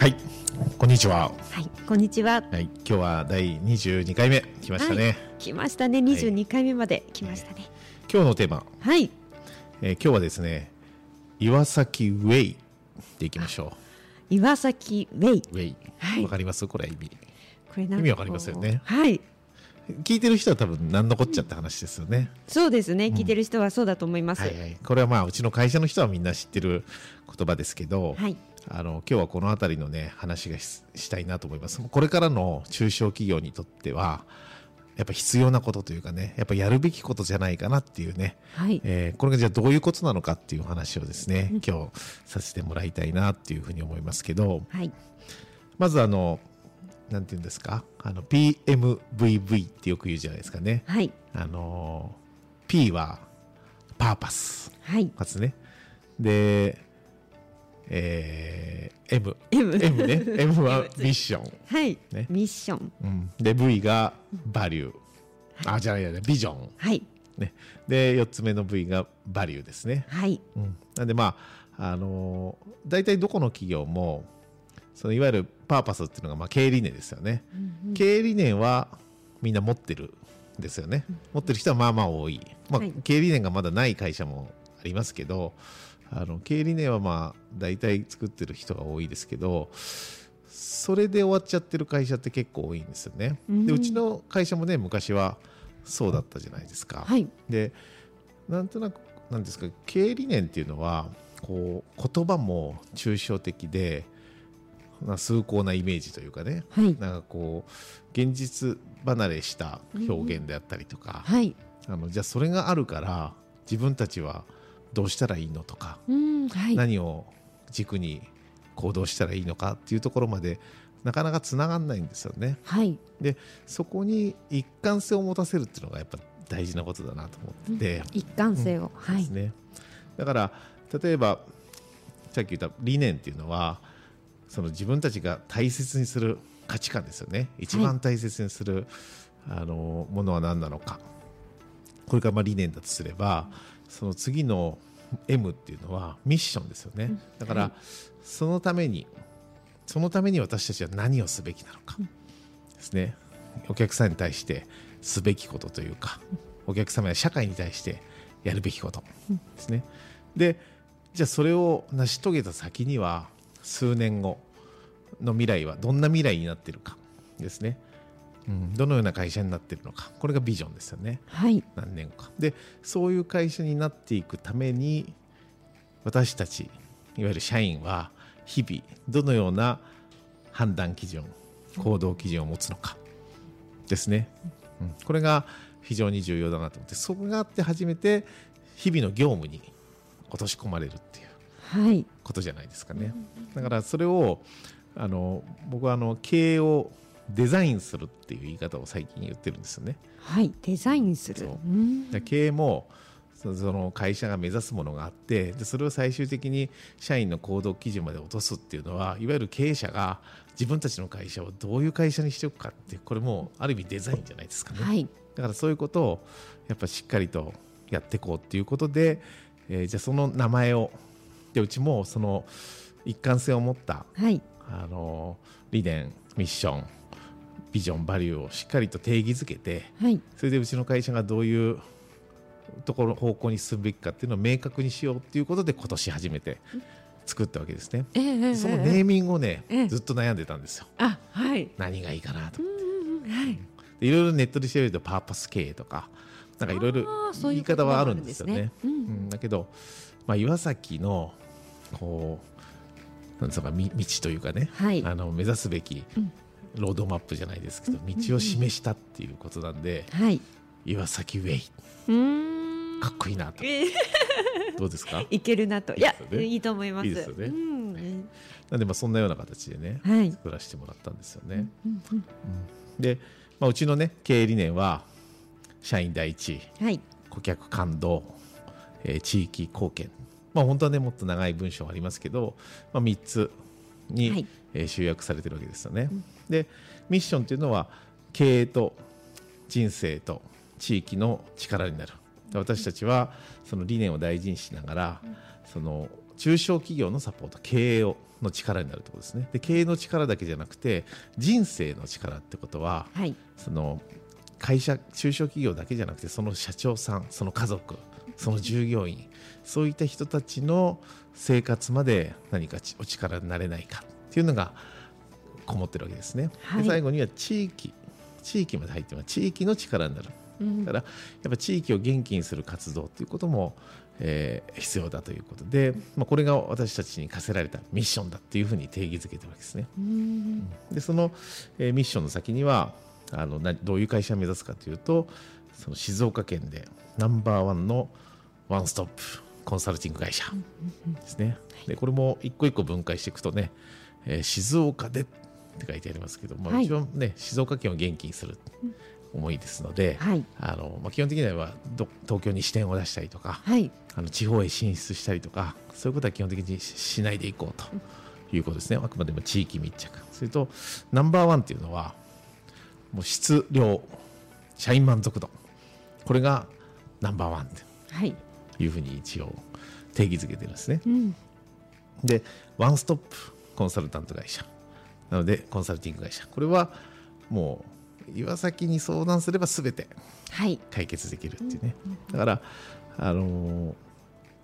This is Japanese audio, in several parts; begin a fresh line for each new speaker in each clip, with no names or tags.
はいこんにちは
はいこんにちは
はい今日は第22回目来ましたね、
はい来ましたね22回目まで来ましたね
今日のテーマ、
はい
えー今日はですね岩崎ウェイでいきましょ
岩崎ウェイ
うウェイ
はい
わかりますこれ意味
これなん
意味わかりますよね
はい
聞いてる人は多分何のこっちゃって話ですよね、
そうですね聞いてる人はそうだと思います、
はいはいこれはまあうちの会社の人はみんな知ってる言葉ですけど、
はい
あの今日はこの辺りのね話がししたいなと思いますこれからの中小企業にとってはやっぱ必要なことというかねやっぱやるべきことじゃないかなっていうね、
はい
えーこれがじゃあどういうことなのかっていう話をですね今日させてもらいたいなっていうふうに思いますけど
はい
まずあのなんて言うんですかあの PMVV ってよく言うじゃないですかね
はい
あの P はパーパス
はい
まずね。で、えー M。
M
M ね。M はミッション。
はい、
ね
ミッション
うん、で、V がバリュー。あ、じゃあいや、ビジョン。
はい
ね。で、4つ目の V がバリューですね。
はい
うん、なんでまあ、あのー大体どこの企業も、そのいわゆるパーパスっていうのが、まあ、経営理念ですよね。経営理念はみんな持ってるんですよね。持ってる人はまあまあ多い。まあ
はい、
経営理念がまだない会社もありますけど、あの経営理念はまあ大体作ってる人が多いですけど、それで終わっちゃってる会社って結構多いんですよね。
うん
でうちの会社もね昔はそうだったじゃないですか。
はい
でなんとなくなんですか経営理念っていうのはこう言葉も抽象的で、まあ、崇高なイメージというかね
はい
なんかこう現実離れした表現であったりとか、
はい
あのじゃあそれがあるから自分たちはどうしたらいいのとか、
うんはい
何を軸に行動したらいいのかっていうところまでなかなかつながんないんですよね。
はい
でそこに一貫性を持たせるっていうのがやっぱ大事なことだなと思ってて。
一貫性を、は
です
い
ね、だから例えばさっき言った理念っていうのはその自分たちが大切にする価値観ですよね一番大切にする、あのものは何なのかこれがまあ理念だとすればその次の M っていうのはミッションですよねだから、
はい
そのためにそのために私たちは何をすべきなのかですねお客さんに対してすべきことというかお客様や社会に対してやるべきことですねでじゃあそれを成し遂げた先には数年後の未来はどんな未来になってるかですね、うん、どのような会社になってるのかこれがビジョンですよね
はい
何年後かでそういう会社になっていくために私たちいわゆる社員は日々どのような判断基準行動基準を持つのかですね、うん、これが非常に重要だなと思ってそこがあって初めて日々の業務に落とし込まれるっていう
はい
ことじゃないですかね。だからそれをあの僕はあの経営をデザインするっていう言い方を最近言ってるんですよね。
はいデザインする
そう
うん
で経営もそその会社が目指すものがあってでそれを最終的に社員の行動基準まで落とすっていうのはいわゆる経営者が自分たちの会社をどういう会社にしておくかってこれもうある意味デザインじゃないですかね、
はい
だからそういうことをやっぱしっかりとやっていこうっていうことで、えーじゃあその名前をでうちもその一貫性を持った
はい
あの理念ミッションビジョンバリューをしっかりと定義づけて
はい
それでうちの会社がどういうところ方向に進むべきかっていうのを明確にしようっていうことで今年初めて作ったわけですね。
ええええ
そのネーミングをね
ええ
ずっと悩んでたんですよ。
あはい
何がいいかなと。
はい
でいろいろネットで調べるとパーパス経営とかなんかいろいろ
あーそう
言
いう
い
言葉
方は
が
あ
あ
る
る
ん
ん
で
ですす
よ
ね
ね。うんだけど、まあ、岩崎のこうなんつうのかみ道というかね、
はい
あの目指すべきロードマップじゃないですけど道を示したっていうことなんで
はい
岩崎ウェイ
うーん
かっこいいなと
ええ
どうですか
いけるなといや
いいですよね
いいと思います
いいですよね
うん
なんでまあそんなような形でね
はい。
作らせてもらったんですよ
う
ね
ん。うんうん
で、まあ、うちのね経営理念は社員第一
はい。
顧客感動、えー地域貢献まあ本当はねもっと長い文章ありますけど、まあ、3つに、
はい
えー集約されてるわけですよね。でミッションっていうのは経営と人生と地域の力になるで私たちはその理念を大事にしながらその中小企業のサポート経営をの力になるってことですねで経営の力だけじゃなくて人生の力ってことは
はい。
その会社中小企業だけじゃなくてその社長さんその家族その従業員そういった人たちの生活まで何かちお力になれないかっていうのがこもってるわけですね。
はい
で最後には地域地域まで入ってます地域の力になる
うん
だからやっぱ地域を元気にする活動ということも、えー必要だということで、まあ、これが私たちに課せられたミッションだっていうふうに定義づけてるわけですね。
うん
でその、えーミッションの先にはあのなどういう会社を目指すかというとその静岡県でナンバーワンのワンストップコンサルティング会社ですね。でこれも一個一個分解していくとね、えー静岡でって書いてありますけど、まあ、
はい
一番ね、静岡県を元気にする思いですので、
はい。
あのまあ、基本的にはど東京に支店を出したりとか、
はい。
あの地方へ進出したりとかそういうことは基本的にししないでいこうということですねあくまでも地域密着それとナンバーワンっていうのはもう質量社員満足度これがナンバーワン
はい。
というふうに一応定義づけてるんですね
うん。
でワンストップコンサルタント会社なのでコンサルティング会社これはもう岩崎に相談すれば全て
はい。
解決できるっていうね、だからあのー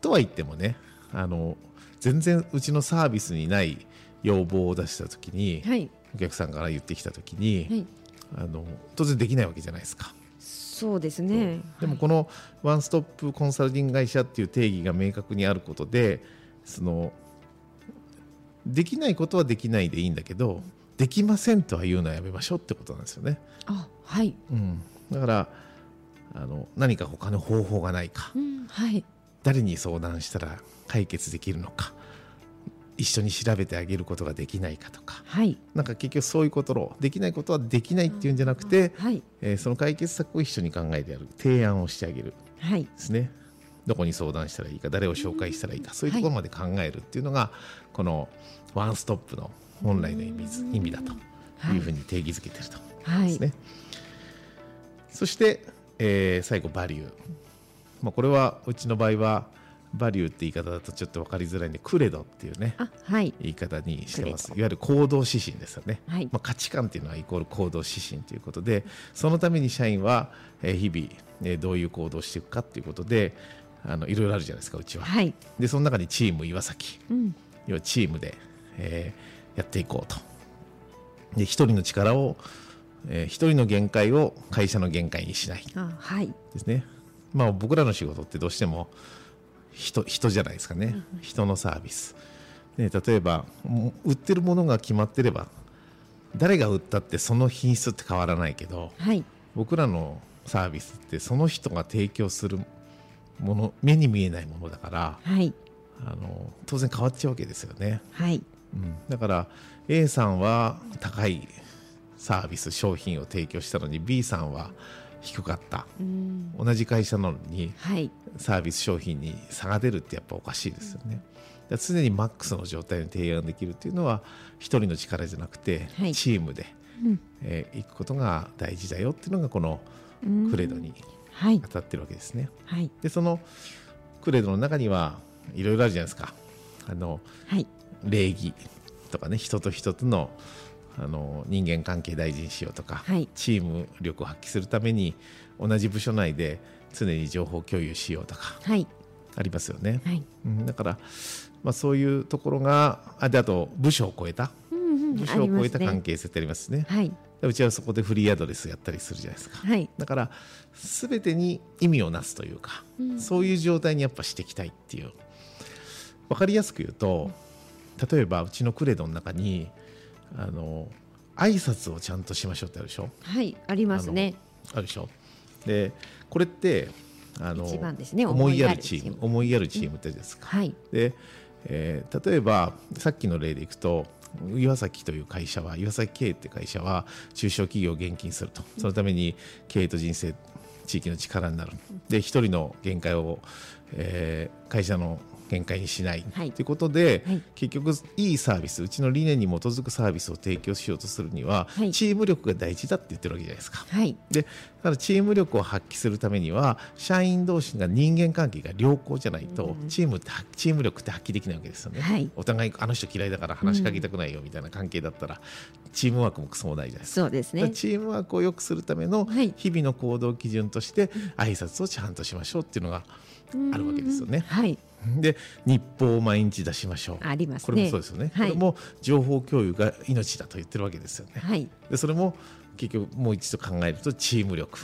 とは言ってもねあのー全然うちのサービスにない要望を出した時に、
はい。
お客さんから言ってきた時に、
はい。
あの当然できないわけじゃないですか、
そうですね。
でもこのワンストップコンサルティング会社っていう定義が明確にあることでそのできないことはできないでいいんだけどできませんとは言うのはやめましょうってことなんですよね。
あ、はい。
うん、だからあの何か他の方法がないか
うん。はい。
誰に相談したら解決できるのか一緒に調べてあげることができないかとか
はい。
なんか結局そういうことをできないことはできないっていうんじゃなくて、
はい。
えーその解決策を一緒に考えてやる提案をしてあげる
はい。
ですねどこに相談したらいいか誰を紹介したらいいかそういうところまで考えるっていうのが、このワンストップの本来の意味意味だと
はいいう
ふうに定義づけてると
は
です
い。
ね。そして、えー最後バリュー、まあ、これはうちの場合はバリューって言い方だとちょっと分かりづらいんでクレドっていうね
あ、はい。
言い方にしてますい
ク
わゆる行動指針ですよね、
はい
まあ、価値観っていうのはイコール行動指針ということでそのために社員はえー日々えーどういう行動をしていくかっていうことであのいろいろあるじゃないですかうちは、
はい。
でその中にチーム岩崎
うん。
要はチームで、えーやっていこうと。で一人の力を、えー一人の限界を会社の限界にしない
あ、はい。
ですね。まあ僕らの仕事ってどうしても人人じゃないですかね人のサービス。ね、例えばもう売ってるものが決まってれば誰が売ったってその品質って変わらないけど
はい。
僕らのサービスってその人が提供するもの目に見えないものだから
はい。
あの当然変わっちゃうわけですよね。
はい。
うんだから A さんは高いサービス商品を提供したのに B さんは低かった
うん。
同じ会社なのに
はい。
サービス商品に差が出るってやっぱおかしいですよね。だから常にマックスの状態に提案できるっていうのは一人の力じゃなくて
はい
チームで、
うん
えー行くことが大事だよっていうのがこの
うん
クレードに
はい
当。たってるわけですね。
はい。
でそのクレードの中にはいろいろあるじゃないですか。あの
はい。
礼儀とかね人と人とのあの人間関係大事にしようとか、
はい
チーム力を発揮するために同じ部署内で常に情報共有しようとか
はい。
ありますよね、
はい。
うん、だから、まあ、そういうところがあであと部署を超えた
うんう
部
ん。
署を超えた関
係。
係性ってありますね
はい。
でうちはそこでフリーアドレスやったりするじゃないですか
はい。
だから全てに意味をなすというか、
うん
そういう状態にやっぱしていきたいっていう分かりやすく言うと例えばうちのクレドの中にあの挨拶をちゃんとしましょうってあるでしょ
はい。ありますね。
あるでしょでこれってあの
一番ですね
思いやるチー
思いやるチ
ム
ー
思いやるチ
ム
ームってですか、
はい。
でえー例えばさっきの例でいくと岩崎という会社は岩崎経営って会社は中小企業を現金するとそのために経営と人生地域の力になるで一人の限界を、えー会社の限界にしないと、
はい
いうことで、
はい
結局いいサービスうちの理念に基づくサービスを提供しようとするには、
はい
チーム力が大事だって言ってるわけじゃないですか。
はい
でだからチーム力を発揮するためには社員同士が人間関係が良好じゃないと
うん
チームってはチーム力って発揮できないわけですよね、
はい
お互いあの人嫌いだから話しかけたくないよみたいな関係だったらチームワークもクソもないじゃないですか。
そうです
だから
ね
チームワークを良くするための
はい
日々の行動基準として挨拶をちゃんとしましょうっていうのがあるわけですよね
うんはい
で日報を毎日出しましょう
ありますね
これもそうですよね、
はい
これも情報共有が命だと言ってるわけですよね
はい
でそれも結局もう一度考えるとチーム力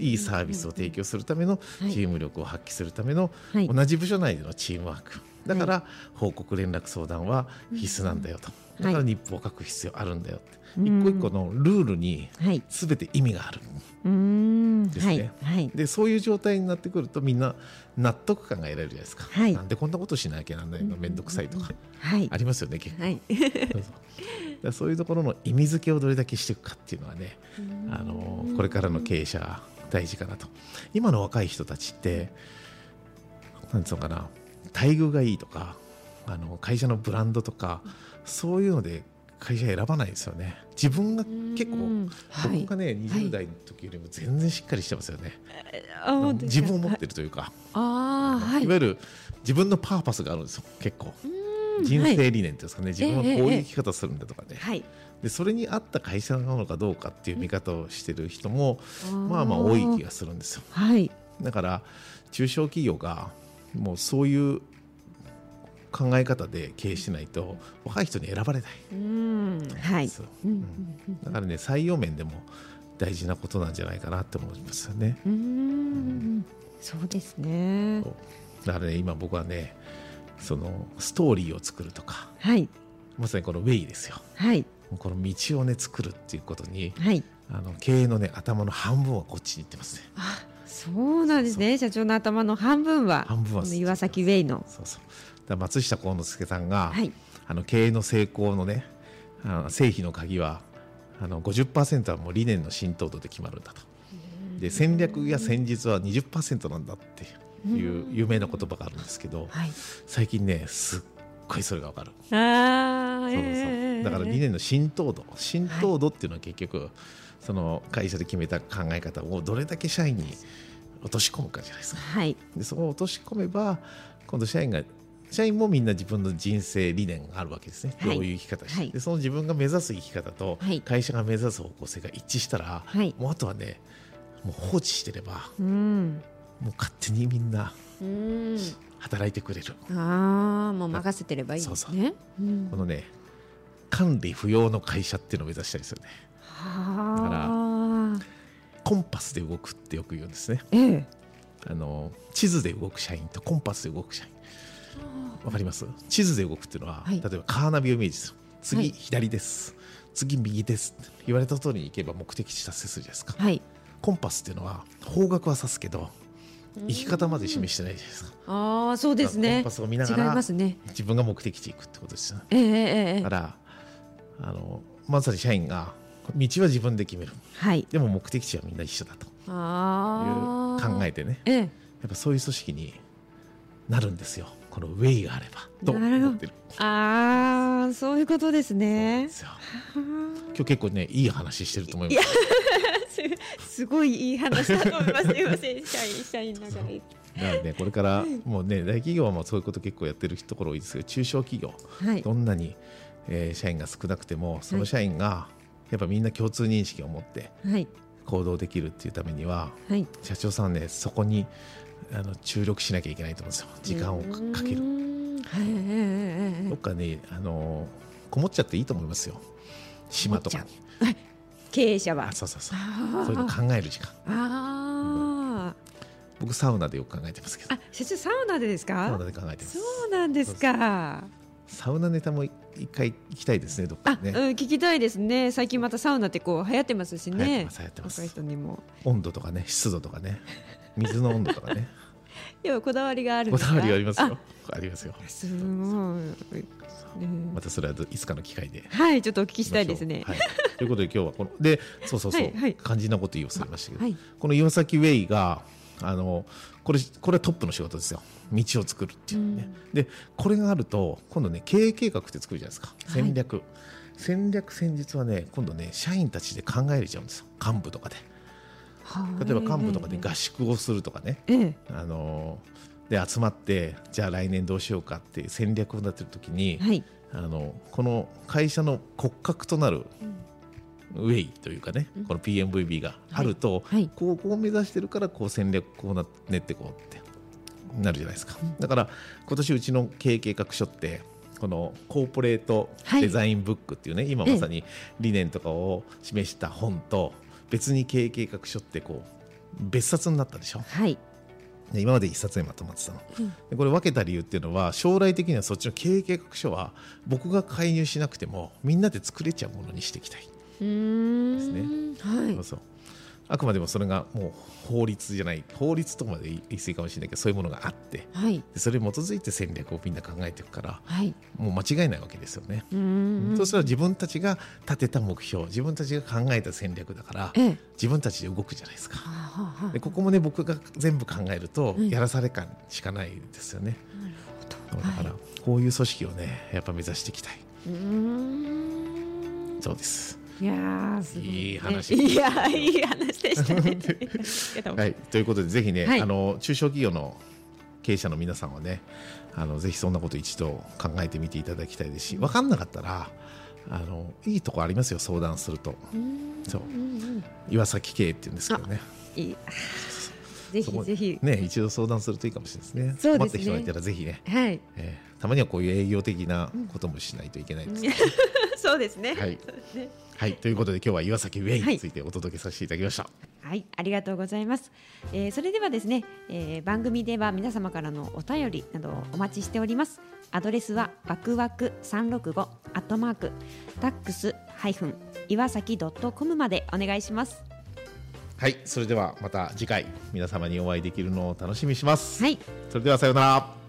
いいサービスを提供するための
はい
チーム力を発揮するための
はい
同じ部署内でのチームワークだから報告連絡相談は必須なんだよと
うん
だから日報を書く必要あるんだよって
うん
一個一個のルールに
はい
全て意味がある
うーん
です
はい
ね
はい
でそういう状態になってくるとみんな納得感が得られるじゃないですか、
はい
なんでこんなことしなきゃなんないの面倒くさいとか
はい
ありますよね結構
はい
そうそうだから そういうところの意味付けをどれだけしていくかっていうのはねあのこれからの経営者が大事かなと今の若い人たちってなんつうのかな待遇がいいとかあの会社のブランドとかそういうので会社選ばないですよね自分が結構
うんは
僕
い
がね20代の時よりも全然しっかりしてますよね、
あ本当です
自
か
分を持ってるというか、
ああはい
わゆる自分のパーパスがあるんですよ結構人生理念っていうんですかね、自分はこういう生き方するんだとかね、
はい
でそれに合った会社なのかどうかっていう見方をしてる人も、
ー
まあまあ多い気がするんですよ
はい
だから中小企業がもうそういう考え方で経営してないと若い人に選ばれない
うんはい
ですよ
うん
うんだからね採用面でも大事なことなんじゃないかなって思いますよね
うんうんそうですね
そうだからね今僕はねそのストーリーを作るとか
はい
まさにこのウェイですよ
はい
この道をね作るっていうことに
はい
あの経営のね頭の半分はこっちに行ってますね
あそうなんですね社長の頭の半分は
半分は
この岩崎ウェイの
そうそうだから松下幸之助さんが、
はい
あの経営の成功のねあの成否の鍵はあの50%はもう理念の浸透度で決まるんだとで戦略や戦術は20%なんだっていう有名な言葉があるんですけど
はい
最近ねすっごいそれがわかる
ああ
そうそうだから理念の浸透度浸透度っていうのは結局その会社で決めた考え方をどれだけ社員に落とし込むかじゃないですか
はい
でそこを落とし込めば今度社員が社員もみんな自分の人生理念があるわけですね、
はい
どういう生き方して、
はい
でその自分が目指す生き方と
はい
会社が目指す方向性が一致したら、
はい
もうあとはねもう放置してれば
うん
もう勝手にみんな
うん
働いてくれる、
ああもう任せてればいいんですねうん
このね管理不要の会社っていうのを目指したいですよね
はあ
コンパスで動くってよく言うんですね
ええ
あの地図で動く社員とコンパスで動く社員わかります地図で動くっていうのは、
は
例
い
えばカーナビをイメージする次、
はい
左です次右ですって言われた通りに行けば目的地達成するじゃないですか、
はい
コンパスっていうのは方角は指すけど生き方まで示してないじゃないですか
ああそうです
コン
ね
パスを見なが
違い
ら
ますね
自分が目的地行くってことですよね
ええええ
だ
ええ
からあのまさに社員が道は自分で決める
はい
でも目的地はみんな一緒だという
ああ
考えてね
ええ
やっぱそういう組織になるんですよこのウェイがあればと思ってる
ああそういうことですね
そうなんですよ
はあ
今日結構ねいい話してると思います
すすごいいい話だと思います。すいません、社員、社員ながら。
なのでこれからもうね大企業はもうそういうこと結構やってるところ多いですけど中小企業
はい。
どんなに、えー社員が少なくてもその社員がやっぱみんな共通認識を持って
はい。
行動できるっていうためには
はい。
社長さんはねそこにあの注力しなきゃいけないと思うんですよ時間をかかけ
う
る
ーんはいえええええ
ど
え
っ。かねあのこもっちゃっていいと思いますよ島とかに
経営者は
あ。そうそうそう
あ
そういうの
ー
考える時間
あ
僕サウナでよく考えてますけ
ー。
ど
あ、社長サウナでです
サウ
か
ナ。で考えてます
そうなんですか。
サウナネタも一回行きたいですねどっ
あ、
か
う
で
ん
ね、
聞きたいですね。最近またサウナってこう流行ってますし
流行って
ね
ま。す流行ってま
若
す
い人にも。
温度とかね湿度とかね水の温度とかね
要はこだわりがあるん
こ
です
だ
か。
わりがありますよありますよ。
すごい、うん
またそれはいつかの機会で。
はいちょっとお聞きしたいですね
はい、ということで今日はこのでそうそうそう、
はいはい
肝心なこと言い忘れましたけど、
はい
この岩崎ウェイがあのこれこれはトップの仕事ですよ道を作るっていうね、でこれがあると今度ね経営計画って作るじゃないですか
い
戦略、戦略戦術はね今度ね社員たちで考えれちゃうんですよ幹部とかで例えば幹部とかで合宿をするとかね、
ええ
あので集まってじゃあ来年どうしようかっていう戦略を立てるときに、
はい
あのこの会社の骨格となるウェイというかね、
うん
この PMVB があると、
はい
こうこう目指してるからこう戦略こうな練ってこうってなるじゃないですか、だから今年うちの経営計画書ってこのコーポレート
はい
デザインブックっていうね、今まさに理念とかを示した本と別に経営計画書ってこう別冊になったでしょ
はい
で今まで一冊にまとまってたの、
うん
でこれ分けた理由っていうのは将来的にはそっちの経営計画書は僕が介入しなくてもみんなで作れちゃうものにしていきたい、
うーん
です
はい
そうそうあくまでもそれがもう法律じゃない法律とまで言い過ぎかもしれないけどそういうものがあって
はい
でそれに基づいて戦略をみんな考えていくから
はい
もう間違いないわけですよね、
うーん
そうすれば自分たちが立てた目標自分たちが考えた戦略だから
ええ
自分たちで動くじゃないですか
はあはあはあ
でここもね僕が全部考えると
うん
やらされ感しかないですよね、
なる
そ
ほ
う
ど
だから
は
こういう組織をねやっぱ目指していきたい
いうーん
そうです。
いやーすご
いい話
いやいい話でし たねいやでも
はい、ということでぜひね、
はい
あの中小企業の経営者の皆さんはねあのぜひそんなこと一度考えてみていただきたいですし分かんなかったらあのいいとこありますよ相談すると
うーん
そう
うんうん
岩崎経営って言うんですけどね
いいぜ
そこ
ひぜひ
ね一度相談するといいかもしれないですね
そうで
困った
すね
人がいたらぜひね、
はい
えーたまにはこういう営業的なこともしないといけないです、
そうですね
はい
そうですね
はいということで今日は岩崎ウェイについてお届けさせていただきました、
はい、ありがとうございます。えーそれではですね、えー番組では皆様からのお便りなどをお待ちしております。アドレスはわくわく三六五アットマークタックスハイフン岩崎ドットコムまでお願いします。
はいそれではまた次回皆様にお会いできるのを楽しみにします、
はい、
それではさようなら